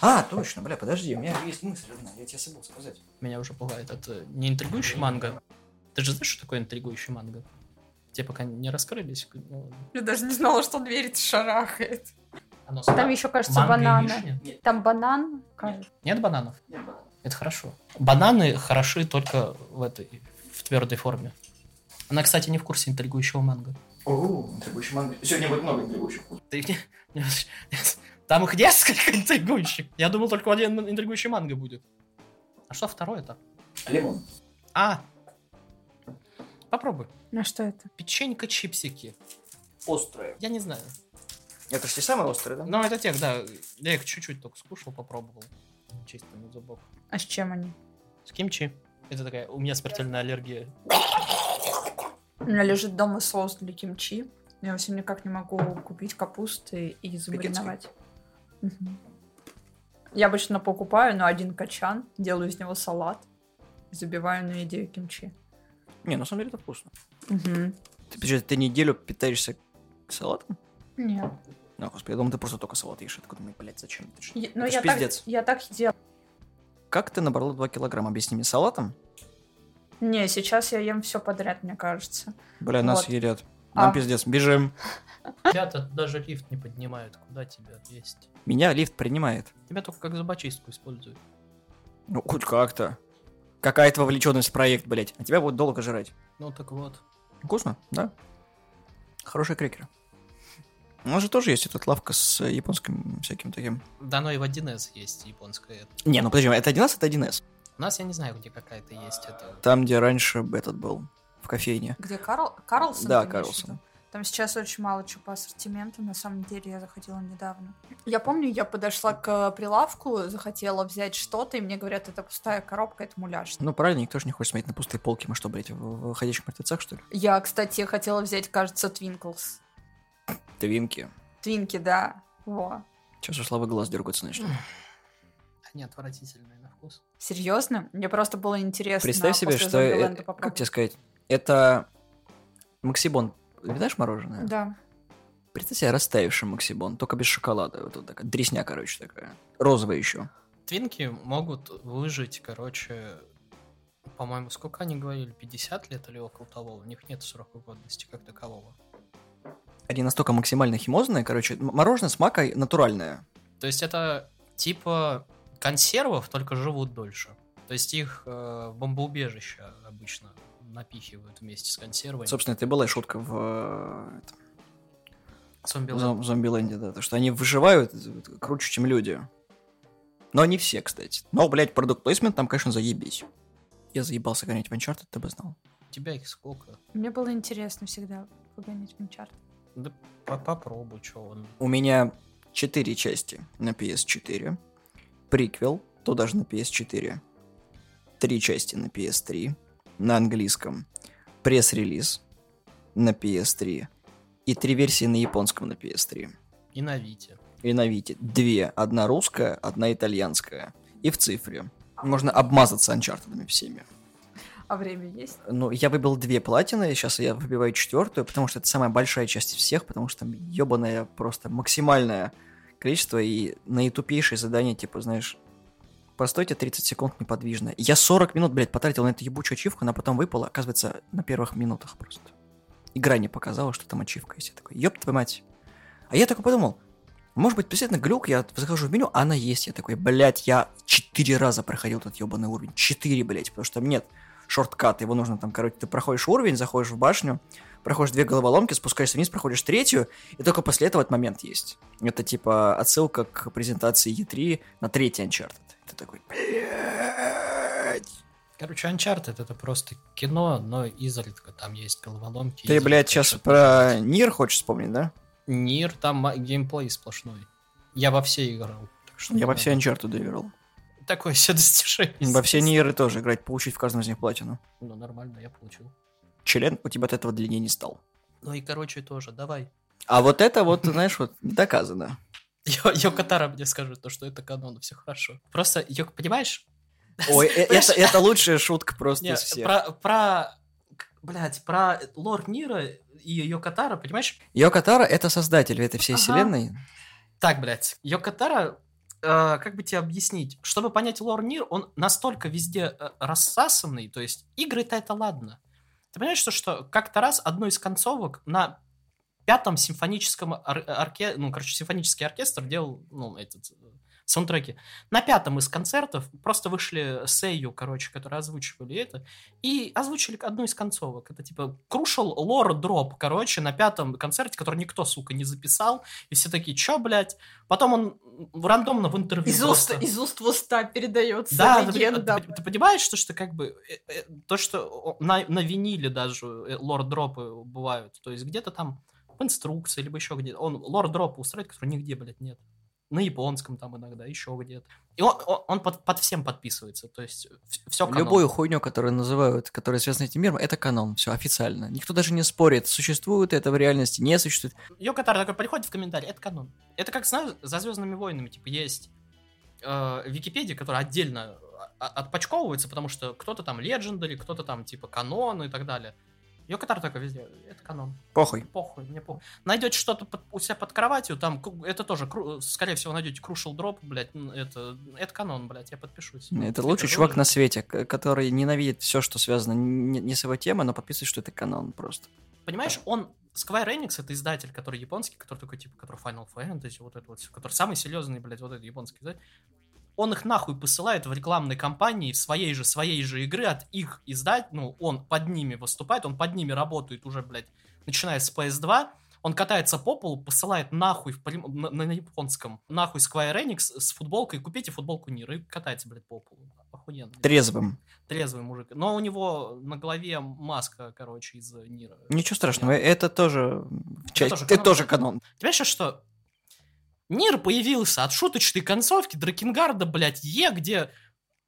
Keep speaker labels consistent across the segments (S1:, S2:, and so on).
S1: А, точно, бля, подожди, у меня есть мысль одна, я тебе забыл сказать.
S2: Меня уже пугает. Это не интригующий манго. Ты же знаешь, что такое интригующий манго? Те пока не раскрылись. ну,
S3: Я даже не знала, что дверь шарахает.
S2: оно сама-
S4: Там еще, кажется,
S2: манго и
S4: бананы.
S2: вишня.
S1: Нет,
S4: Там банан, кажется.
S2: Нет бананов?
S1: не было.
S2: Это хорошо. Бананы хороши только в этой, в твердой форме. Она, кстати, не в курсе интригующего манго.
S1: О, интригующий манго. Сегодня будет много интригующих.
S2: Ты не- Там их несколько интригующих. Я думал, только один интригующий манго будет. А что второе-то?
S1: Лимон.
S2: А! Попробуй.
S4: На что это?
S2: Печенька-чипсики.
S1: Острое.
S2: Я не знаю.
S1: Это же те самые острые, да?
S2: Но Ну, это тех, да. Я их чуть-чуть только скушал, попробовал. Чисто на зубок.
S4: А с чем они?
S2: С кимчи. Это такая, у меня смертельная аллергия.
S3: У меня лежит дома соус для кимчи. Я все никак не могу купить капусты и замариновать. Мгм. Я обычно покупаю, но один качан, делаю из него салат, забиваю на идею кимчи.
S1: Не, на самом деле это вкусно.
S3: Мгм.
S1: Ты, получается, ты неделю питаешься салатом?
S4: Нет.
S1: На, господи, я думал, ты просто только салат ешь. Я такой, думаю, блядь, зачем? Ты ж-
S3: Я- ну,
S1: это ж
S3: я так,
S1: пиздец.
S3: я так и делала.
S1: Как ты набрала 2 килограмма? Объясни мне, салатом?
S3: Не, сейчас я ем все подряд, мне кажется.
S1: Бля, нас
S3: Вот.
S1: едят. Нам
S3: А.
S1: пиздец, бежим.
S2: Ребята даже лифт не поднимают. Куда тебя есть?
S1: Меня лифт принимает.
S2: Тебя только как зубочистку используют.
S1: Ну, хоть как-то. Какая-то вовлеченность в проект, блядь. А тебя будут долго жрать.
S2: Ну так вот.
S1: Вкусно, да? Хорошие крекеры. У нас же тоже есть эта лавка с э, японским всяким таким.
S2: Да, но и в 1С есть японская.
S1: Не, ну подожди, это 1С, это 1С.
S2: У нас я не знаю, где какая-то есть. Это...
S1: Там, где раньше этот был, в кофейне.
S3: Где Карл... Карлсон?
S1: да,
S3: ты имеешь в виду?
S1: Карлсон.
S3: Там сейчас очень мало чего по ассортименту, на самом деле я заходила недавно. Я помню, я подошла к э, прилавку, захотела взять что-то, и мне говорят, это пустая коробка, это муляж.
S1: Ну, правильно, никто же не хочет смотреть на пустые полки. Мы что, блядь, в, в ходячих мертвецах, что ли?
S3: Я, кстати, хотела взять, кажется, Твинклс.
S1: Твинки.
S3: Твинки, да. Во.
S1: Сейчас уж слабый глаз дергается, значит.
S2: Они отвратительные А, на вкус.
S3: Серьезно? Мне просто было интересно.
S1: Представь себе,
S3: после
S1: что... э-
S3: Зомбиленда
S1: как
S3: попробовать.
S1: тебе сказать? Это Максибон. Видаешь мороженое?
S3: Да.
S1: Представь себе растаявший Максибон, только без шоколада. Вот, вот такая дресня, короче, такая. Розовая еще.
S2: Твинки могут выжить, короче, по-моему, сколько они говорили, 50 лет или около того. У них нет срока годности как такового.
S1: Они настолько максимально химозные, короче, м- мороженое с макой натуральное.
S2: То есть это типа консервов, только живут дольше. То есть их э, в бомбоубежище обычно напихивают вместе с консервами.
S1: Собственно, это и была шутка в, э, этом,
S2: Зомби
S1: в зом- зомбиленде, да, то, что они выживают э, круче, чем люди. Но не все, кстати. Но, блядь, продукт плейсмент там, конечно, заебись. Я заебался гонять в Uncharted, ты бы знал.
S2: У тебя их сколько?
S3: Мне было интересно всегда погонять Винчард.
S2: Да по- попробуй, что он.
S1: У меня четыре части на PS4. Приквел, то даже на PS4. Три части на PS3 на английском. Пресс-релиз на PS3. И три версии на японском на PS3.
S2: И на Вите.
S1: И на Вите. Две. Одна русская, одна итальянская. И в цифре. Можно обмазаться анчартедами всеми.
S3: А время есть?
S1: Ну, я выбил две платины, сейчас я выбиваю четвертую, потому что это самая большая часть из всех, потому что там ебаное просто максимальное количество и наитупейшие задания, типа, знаешь, постойте 30 секунд неподвижно. Я 40 минут, блядь, потратил на эту ебучую ачивку, она потом выпала, оказывается, на первых минутах просто. Игра не показала, что там ачивка есть. Я такой, ёб твою мать. А я такой подумал, может быть, действительно глюк, я захожу в меню, а она есть. Я такой, блядь, я четыре раза проходил этот ебаный уровень. Четыре, блядь, потому что там нет шорткат, его нужно там, короче, ты проходишь уровень, заходишь в башню, проходишь две головоломки, спускаешься вниз, проходишь третью, и только после этого этот момент есть. Это типа отсылка к презентации E3 на третий Uncharted. И Ты такой, блядь.
S2: Короче, Uncharted это просто кино, но изредка там есть головоломки.
S1: Ты,
S2: изредка
S1: блядь, сейчас
S2: что-то
S1: про Нир хочешь вспомнить, да?
S2: Нир там ма- геймплей сплошной. Я во все играл. так что
S1: Я во
S2: не
S1: все
S2: надо.
S1: Uncharted играл.
S2: Такое все достижение.
S1: Во все Ниры тоже играть, получить в каждом из них платину.
S2: Ну нормально, я получил.
S1: Член у тебя от этого длиннее не стал.
S2: Ну и короче тоже, давай.
S1: А вот это вот, знаешь, вот не доказано.
S2: Йо- Йокотара мне скажет, то, что это канон, все хорошо. Просто, Йок, понимаешь?
S1: Ой, э- это,
S2: Понимаешь?
S1: это лучшая шутка просто
S2: Не, э,
S1: из всех.
S2: про, про, блядь, про лор Нира и Йокотара, понимаешь?
S1: Йокатара — это создатель этой всей
S3: Ага.
S1: вселенной.
S2: Так, блядь, Йокотара э, как бы тебе объяснить, чтобы понять лор Нир, он настолько везде э, рассасанный, то есть игры-то это ладно. Ты понимаешь, что, что как-то раз одну из концовок на пятом симфоническом ор- орке... ну, короче, симфонический оркестр делал, ну, этот, э, саундтреки. На пятом из концертов просто вышли Сейю, короче, которые озвучивали это, и озвучили одну из концовок. Это типа Крушел Лор Дроп, короче, на пятом концерте, который никто, сука, не записал. И все такие, чё, блядь? Потом он м, рандомно в интервью
S3: Из уст,
S2: просто-
S3: из уст в уста передается
S2: да, ты-
S3: легенда.
S2: Ты, ты понимаешь, что, что как бы э, э, то, что о- на, на виниле даже э, лорд-дропы бывают, то есть где-то там в инструкции, либо еще где-то. Он лорд-дропы устраивает, который нигде, блядь, нет. На японском там иногда, еще где-то. И он, он- он под, под всем подписывается, то есть все
S1: Любую хуйню, которую называют, которая связана с этим миром, это канон, все официально. Никто даже не спорит, существует это в реальности, не существует.
S2: Йокотар такой приходит в комментарий, это канон. Это как, знаешь, за Звездными войнами, типа, есть э, Википедия, которая отдельно а- отпочковывается, потому что кто-то там Legendary, кто-то там, типа, канон и так далее. Йокотар такой везде, это канон.
S1: Похуй.
S2: Похуй, мне похуй. Найдете что-то под- у себя под кроватью, там, ку- это тоже, кру- скорее всего, найдете Крушел Дроп, блядь, м, это, это канон, блядь, я подпишусь.
S1: Это лучший
S2: Это
S1: чувак
S2: выложено.
S1: на свете, к- который ненавидит все, что связано не, не с его темой, но подписывает, что это канон просто.
S2: Понимаешь, он Square Enix это издатель, который японский, который такой типа, который Final Fantasy, вот это вот все, который самый серьезный, блядь, вот этот японский издатель. Он их нахуй посылает в рекламной кампании в своей же, своей же игры от их издать, ну, он под ними выступает, он под ними работает уже, блядь, начиная с PS2, он катается по полу, посылает нахуй в прям- на, на- на японском, нахуй Square Enix с футболкой, купите футболку Нир и катается, блядь, по полу. Охуенно.
S1: Трезвым.
S2: Трезвый мужик. Но у него на голове маска, короче, из э, Нира.
S1: Ничего страшного, это тоже часть.
S2: тоже
S1: Это
S2: канон.
S1: тоже канон.
S2: Понимаешь, а что? Нир появился от шуточной концовки Дракенгарда, блядь, Е, где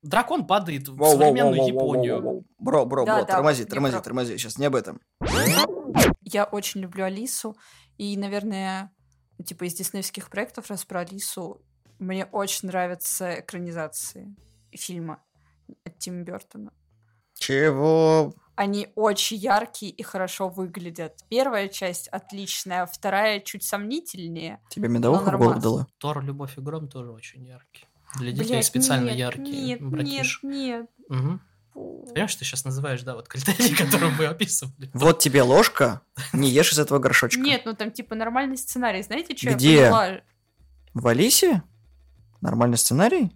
S2: дракон падает в современную Японию.
S1: Бро, бро,
S3: Да,
S1: бро,
S3: да,
S1: тормози,
S3: не
S1: тормози,
S3: про-
S1: тормози. Сейчас не об этом.
S3: Я очень люблю Алису. И, наверное, ну, типа из диснеевских проектов, раз про Алису, мне очень нравятся экранизации фильма от Тима Бертона.
S1: Чего?
S3: Они очень яркие и хорошо выглядят. Первая часть отличная, а вторая чуть сомнительнее.
S1: Тебе медовуха в голову
S3: нормас.
S1: дала?
S2: Тор, Любовь и Гром тоже очень яркий. Для детей
S3: Блядь,
S2: специально
S3: нет,
S2: яркие,
S3: Нет, нет,
S2: братиш.
S3: нет.
S2: Мгм.
S3: Фу.
S2: Понимаешь, ты сейчас называешь, да, вот критерии, которые мы описывали.
S1: Вот тебе ложка, не ешь из этого горшочка.
S3: Нет, ну там типа нормальный сценарий. Знаете, что
S1: Где?
S3: я поняла?
S1: В Алисе? Нормальный сценарий?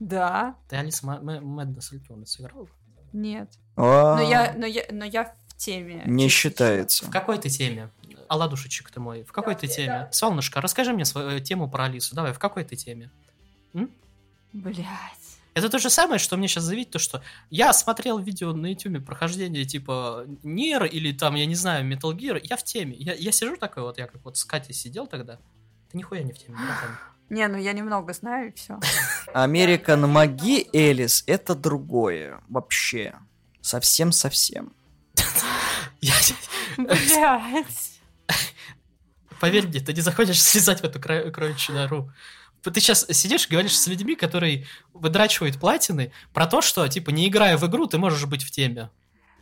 S3: Да,
S2: Ты Алиса Ма- Мэ- Мэднесс Ультона сыграл?
S3: нет.
S1: А,
S3: Но я, но я, но я в теме.
S1: Не
S3: если
S2: В
S1: считается.
S2: какой ты теме? Аладушечек ты мой, в какой ты теме? Солнышко, расскажи мне свою э, тему про Алису. Давай, в какой ты теме?
S3: честно. Блядь.
S2: Это то же самое, что мне сейчас заявить, то что я смотрел видео на ютюбе прохождение типа Нир или там, я не знаю, Metal Gear, я в теме. Я, я сижу такой вот, я как вот с Катей сидел тогда, ты нихуя не в теме, братан.
S3: Не, ну я немного знаю, и все.
S1: Американ Маги Элис — это другое. Вообще. Совсем-совсем.
S2: Я-
S3: Блядь.
S2: Поверь мне, ты не захочешь слезать в эту кра- кроючую нору. Ты сейчас сидишь и говоришь с людьми, которые выдрачивают платины, про то, что, типа, не играя в игру, ты можешь быть в теме.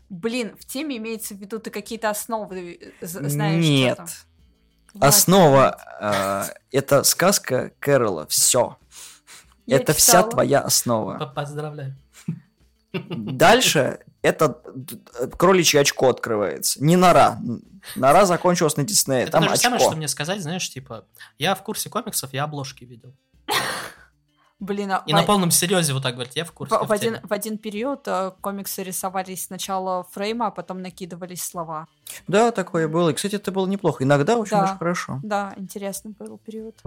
S3: Блин, в теме имеется в виду, ты какие-то основы э, з- знаешь.
S1: Нет.
S3: что-то. Вот.
S1: Основа э, это сказка Кэрола. Все.
S3: Я
S1: это вся
S3: читала.
S1: твоя основа.
S2: П- Поздравляю.
S1: Дальше это д- д- кроличье очко открывается. Не нора. Нора закончилась на Диснее.
S2: Это
S1: Э, Там
S2: то же самое, что
S1: очко.
S2: мне сказать, знаешь, типа, я в курсе комиксов, я обложки видел.
S3: Блин, а
S2: И
S3: во-
S2: на полном серьезе вот так говорить, я в курсе. я
S3: в, в
S2: в теме».
S3: один, в один период э, комиксы рисовались сначала фрейма, а потом накидывались слова.
S1: Да, такое было. И, кстати, это было неплохо. Иногда очень
S3: Да.
S1: даже хорошо.
S3: Да, интересный был период.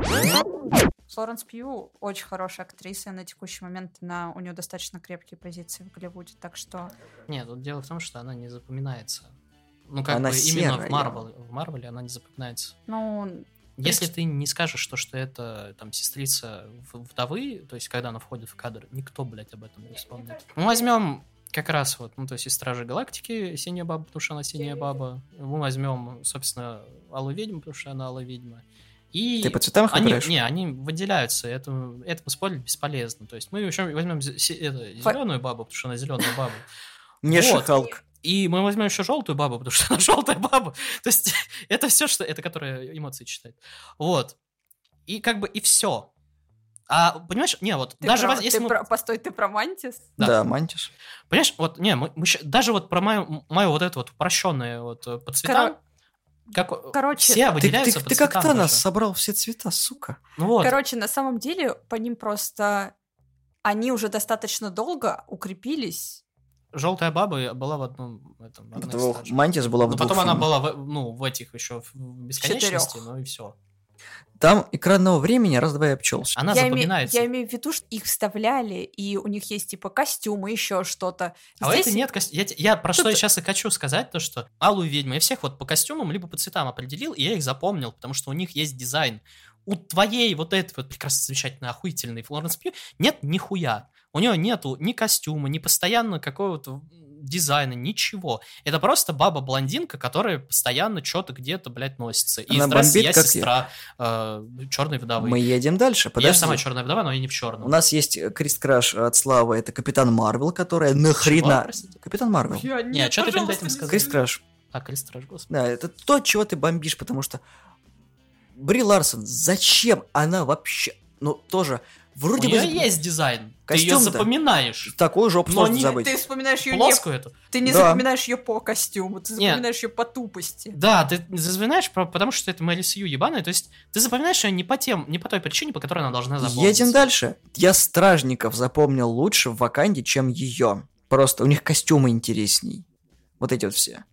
S3: Флоренс Пью очень хорошая актриса, и на текущий момент на, у нее достаточно крепкие позиции в Голливуде, так что
S2: Нет, тут дело в том, что она не запоминается. Ну, как
S1: Она
S2: бы именно
S1: серая.
S2: в Марвел, в Марвеле она не запоминается.
S3: Ну,
S2: Если
S3: Прич-
S2: ты не скажешь то, что это там сестрица в- вдовы, то есть когда она входит в кадр, никто, блядь, об этом не вспомнит. Мы возьмем как раз вот, ну, то есть из Стражи Галактики Синяя Баба, потому что она Синяя Баба. Мы возьмем, собственно, Аллу Ведьму, потому что она Алла Ведьма. И...
S1: Ты по цветам их
S2: Они,
S1: выбираешь?
S2: не, они выделяются, это, этому спорить бесполезно. То есть мы еще возьмем
S3: Фа-
S2: зеленую бабу, потому что она зеленая баба.
S1: Не
S2: Вот.
S1: Шихалк.
S2: И мы возьмем еще желтую бабу, потому что она желтая баба. То есть это все, что... Это которая эмоции читает. Вот. И как бы и все. А понимаешь, не, вот
S3: Ты
S2: даже
S3: про-
S2: воз- если
S3: ты
S2: мы-
S3: про- Постой, ты про Мантис?
S2: Да.
S1: Да, Мантис.
S2: Понимаешь, вот, не, мы- мы щ- даже вот про мою, мою вот эту вот упрощенную вот э, по цветам, как, э,
S3: короче,
S2: все
S1: Ты, ты,
S2: выделяются по
S1: ты как
S2: цветам
S1: Танос
S2: даже.
S1: собрал все цвета, сука.
S2: Ну вот,
S3: Короче, на самом деле по ним просто они уже достаточно долго укрепились.
S2: желтая баба была в одном этом.
S1: В
S2: одной
S1: двух-
S2: стадии.
S1: Мантис была в
S2: Но
S1: двух
S2: потом она
S1: фильмах.
S2: была в, ну, в этих еще в- в бесконечности, ну и все.
S1: Там экранного времени раз-два и обчелся.
S2: Она
S3: я, име-
S2: запоминается.
S3: я имею в виду, что их вставляли, и у них есть типа костюмы, еще что-то.
S2: А у
S3: Здесь
S2: этой нет костю- Я, те- я про что я
S3: Тут-
S2: сейчас и хочу сказать, то что Аллу и Ведьму я всех вот по костюмам либо по цветам определил, и я их запомнил, потому что у них есть дизайн. У твоей вот этой вот прекрасно замечательной, охуительной Флоренс Пью нет нихуя. У нее нету ни костюма, ни постоянно какого-то дизайна, ничего. Это просто баба-блондинка, которая постоянно что-то где-то, блядь, носится. И
S1: Она
S2: «Здрасте,
S1: бомбит,
S2: я
S1: как
S2: сестра черной вдовы.
S1: Мы едем дальше.
S2: Я
S1: Подожди.
S2: сама черная вдова, но я не в
S1: У
S2: черном.
S1: нас есть э, Крис Краш от Славы, это Капитан Марвел, которая нахрена... Капитан Марвел.
S2: Не, что ты перед этим сказал?
S1: Крис Краш.
S2: А, Крис Трэш, господи.
S1: Да, это то, от чего ты бомбишь, потому что Бри Ларсон, зачем она вообще... Ну, тоже, вроде
S2: у
S1: бы...
S2: нее есть дизайн. ты ее
S1: Костюм-то.
S2: запоминаешь.
S1: Такую жопу
S2: Но
S1: сложно
S2: не-
S1: забыть.
S3: Ты вспоминаешь ее не...
S2: Плоскую эту.
S3: Ты не
S1: Да.
S3: запоминаешь ее по костюму, ты
S2: Нет.
S3: запоминаешь ее по тупости.
S2: Да, ты запоминаешь, про- потому что это Мэри Сью ебаная. То есть ты запоминаешь ее не по тем, не по той причине, по которой она должна запомнить.
S1: Едем дальше. Я Стражников запомнил лучше в Ваканде, чем ее. Просто у них костюмы интересней. Вот эти вот все.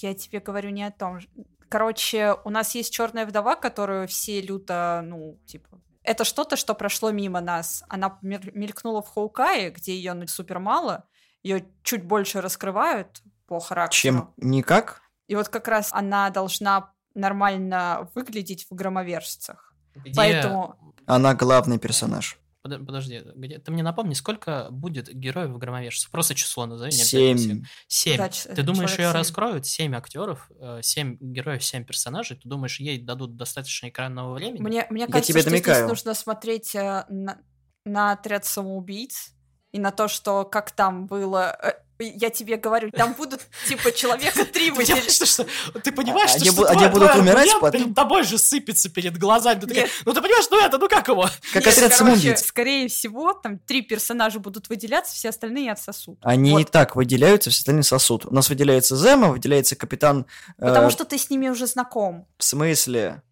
S3: Я тебе говорю не о том. же. Короче, у нас есть черная вдова, которую все люто, ну, типа. Это что-то, что прошло мимо нас. Она мер- мелькнула в Хоукае, где ее супер мало. Ее чуть больше раскрывают по характеру.
S1: Чем никак?
S3: И вот как раз она должна нормально выглядеть в громовержцах.
S2: Где-
S3: Поэтому-
S1: Она главный персонаж.
S2: Под- Подожди, где- ты мне напомни, сколько будет героев в громовержцах? Просто число назови. не обязательно всех.
S1: Семь.
S2: Семь.
S3: Да, ч-
S2: ты думаешь,
S3: человек
S2: ее
S3: семь.
S2: раскроют? Семь актеров, э, семь героев, семь персонажей. Ты думаешь, ей дадут достаточно экранного времени?
S3: Мне, мне
S1: Я
S3: кажется,
S1: тебе
S3: что
S1: намекаю.
S3: здесь нужно смотреть э, на, на отряд самоубийц и на то, что как там было. Э, Я тебе говорю, там будут типа человека три
S2: Ты понимаешь,
S3: выделить.
S2: что, что- ты понимаешь,
S1: А, Они
S2: что,
S1: бу-
S2: что
S1: они
S2: твой-
S1: будут
S2: твой
S1: умирать
S2: аргумент
S1: потом?
S2: перед тобой же сыпется перед глазами. Ты такая,
S3: Нет.
S2: ну ты понимаешь, ну это, ну как его?
S1: Как
S3: Нет,
S1: отряд
S3: короче,
S1: самоубийц.
S3: Скорее всего, там три персонажа будут выделяться, все остальные отсосут.
S1: Они
S3: Вот.
S1: и так выделяются, все остальные сосуд. У нас выделяется Зема, выделяется капитан... э,
S3: Потому что ты с ними уже знаком.
S1: В смысле?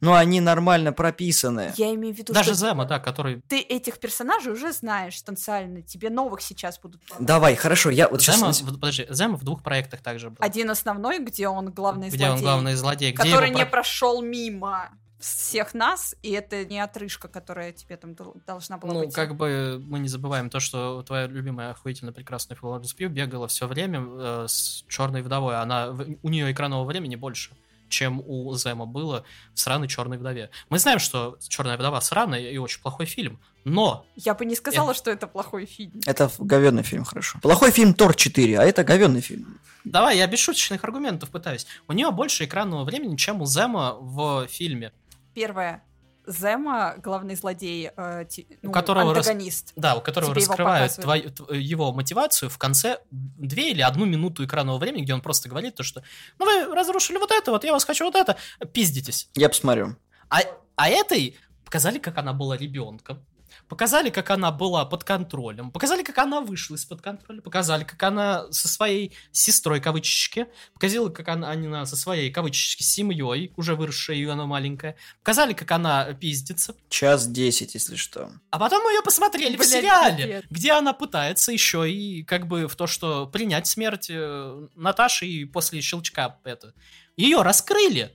S1: Ну, они нормально прописаны.
S3: Я имею в виду,
S2: Даже
S3: что
S2: Зема, да, который...
S3: ты этих персонажей уже знаешь потенциально. Тебе новых сейчас будут.
S1: Давай, хорошо, я вот
S2: Зема,
S1: сейчас...
S2: в- подожди, Зема в двух проектах также был.
S3: Один основной, где он главный
S2: где
S3: злодей.
S2: он главный злодей, где
S3: который
S2: его
S3: не
S2: про-
S3: прошел мимо всех нас, и это не отрыжка, которая тебе там дол- должна была
S2: Ну,
S3: быть.
S2: как бы мы не забываем то, что твоя любимая охуительно прекрасная Флоренс Пью бегала все время э, с черной вдовой. Она, в- у нее экранного времени больше, чем у Зема было в сраной черной вдове. Мы знаем, что черная вдова сраная и очень плохой фильм, но
S3: Я бы не сказала, что это плохой фильм.
S1: Это говенный фильм, хорошо. Плохой фильм Тор 4, а это говенный фильм.
S2: Давай, я без шуточных аргументов пытаюсь. У нее больше экранного времени, чем у Зема в фильме.
S3: Первое. Зема, главный злодей, э, ти- ну,
S2: которого рас-
S3: антагонист.
S2: Да, у которого
S3: Тебе его
S2: раскрывают
S3: показывают.
S2: твою- тв- его мотивацию в конце две или одну минуту экранного времени, где он просто говорит то, что «Ну вы разрушили вот это, вот я вас хочу вот это, пиздитесь».
S1: Я посмотрю.
S2: А, а этой показали, как она была ребенком, показали, как она была под контролем, показали, как она вышла из-под контроля, показали, как она со своей сестрой, кавычечки, показали, как она, она со своей, кавычечки, семьей, уже выросшая, и она маленькая, показали, как она пиздится,
S1: Час 10, если что.
S2: а потом мы ее посмотрели в
S3: Блядь,
S2: сериале,
S3: пиздец.
S2: где она пытается еще и как бы в то, что принять смерть э, Наташи и после щелчка это. Ее раскрыли,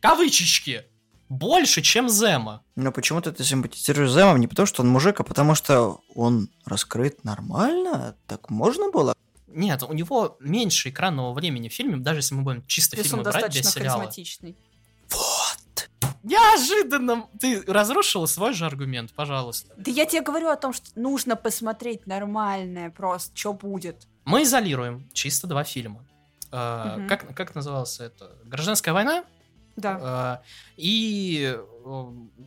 S2: кавычечки, больше, чем Зема.
S1: Но почему-то ты симпатизируешь Зэмом не потому, что он мужик, а потому что он раскрыт нормально. Так можно было?
S2: Нет, у него меньше экранного времени в фильме, даже если мы будем чисто
S3: Плюс он
S2: фильмы брать без
S3: достаточно
S2: сериала.
S3: харизматичный.
S2: Неожиданно ты разрушила свой же аргумент, пожалуйста.
S3: Да я тебе говорю о том, что нужно посмотреть нормальное просто, что будет.
S2: Мы изолируем чисто два фильма. Э,
S3: Мгм.
S2: Как, как назывался это? Гражданская война
S3: Да.
S2: Э, и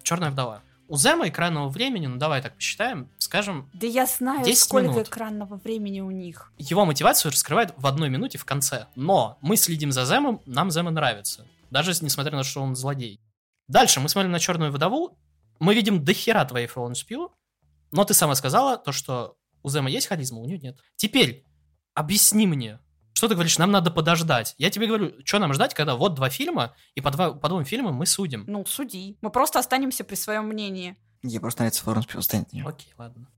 S2: Черная вдова. У Зема экранного времени, ну давай так посчитаем, скажем,
S3: Да я знаю,
S2: 10
S3: сколько
S2: минут.
S3: экранного времени у них.
S2: его мотивацию раскрывает в одной минуте в конце. Но мы следим за Земом, нам Зема нравится. Даже с- несмотря на то, что он злодей. Дальше мы смотрим на Черную вдову, мы видим дохера твоей Fallen Spew, но ты сама сказала то, что у Зема есть харизма, у нее нет. Теперь объясни мне, что ты говоришь, нам надо подождать. Я тебе говорю, что нам ждать, когда вот два фильма, и по, два, по двум фильмам мы судим.
S4: Ну, суди. Мы просто останемся при своем мнении.
S1: Я просто нравится Флоренс Пью, станет на неё.
S2: Окей, ладно.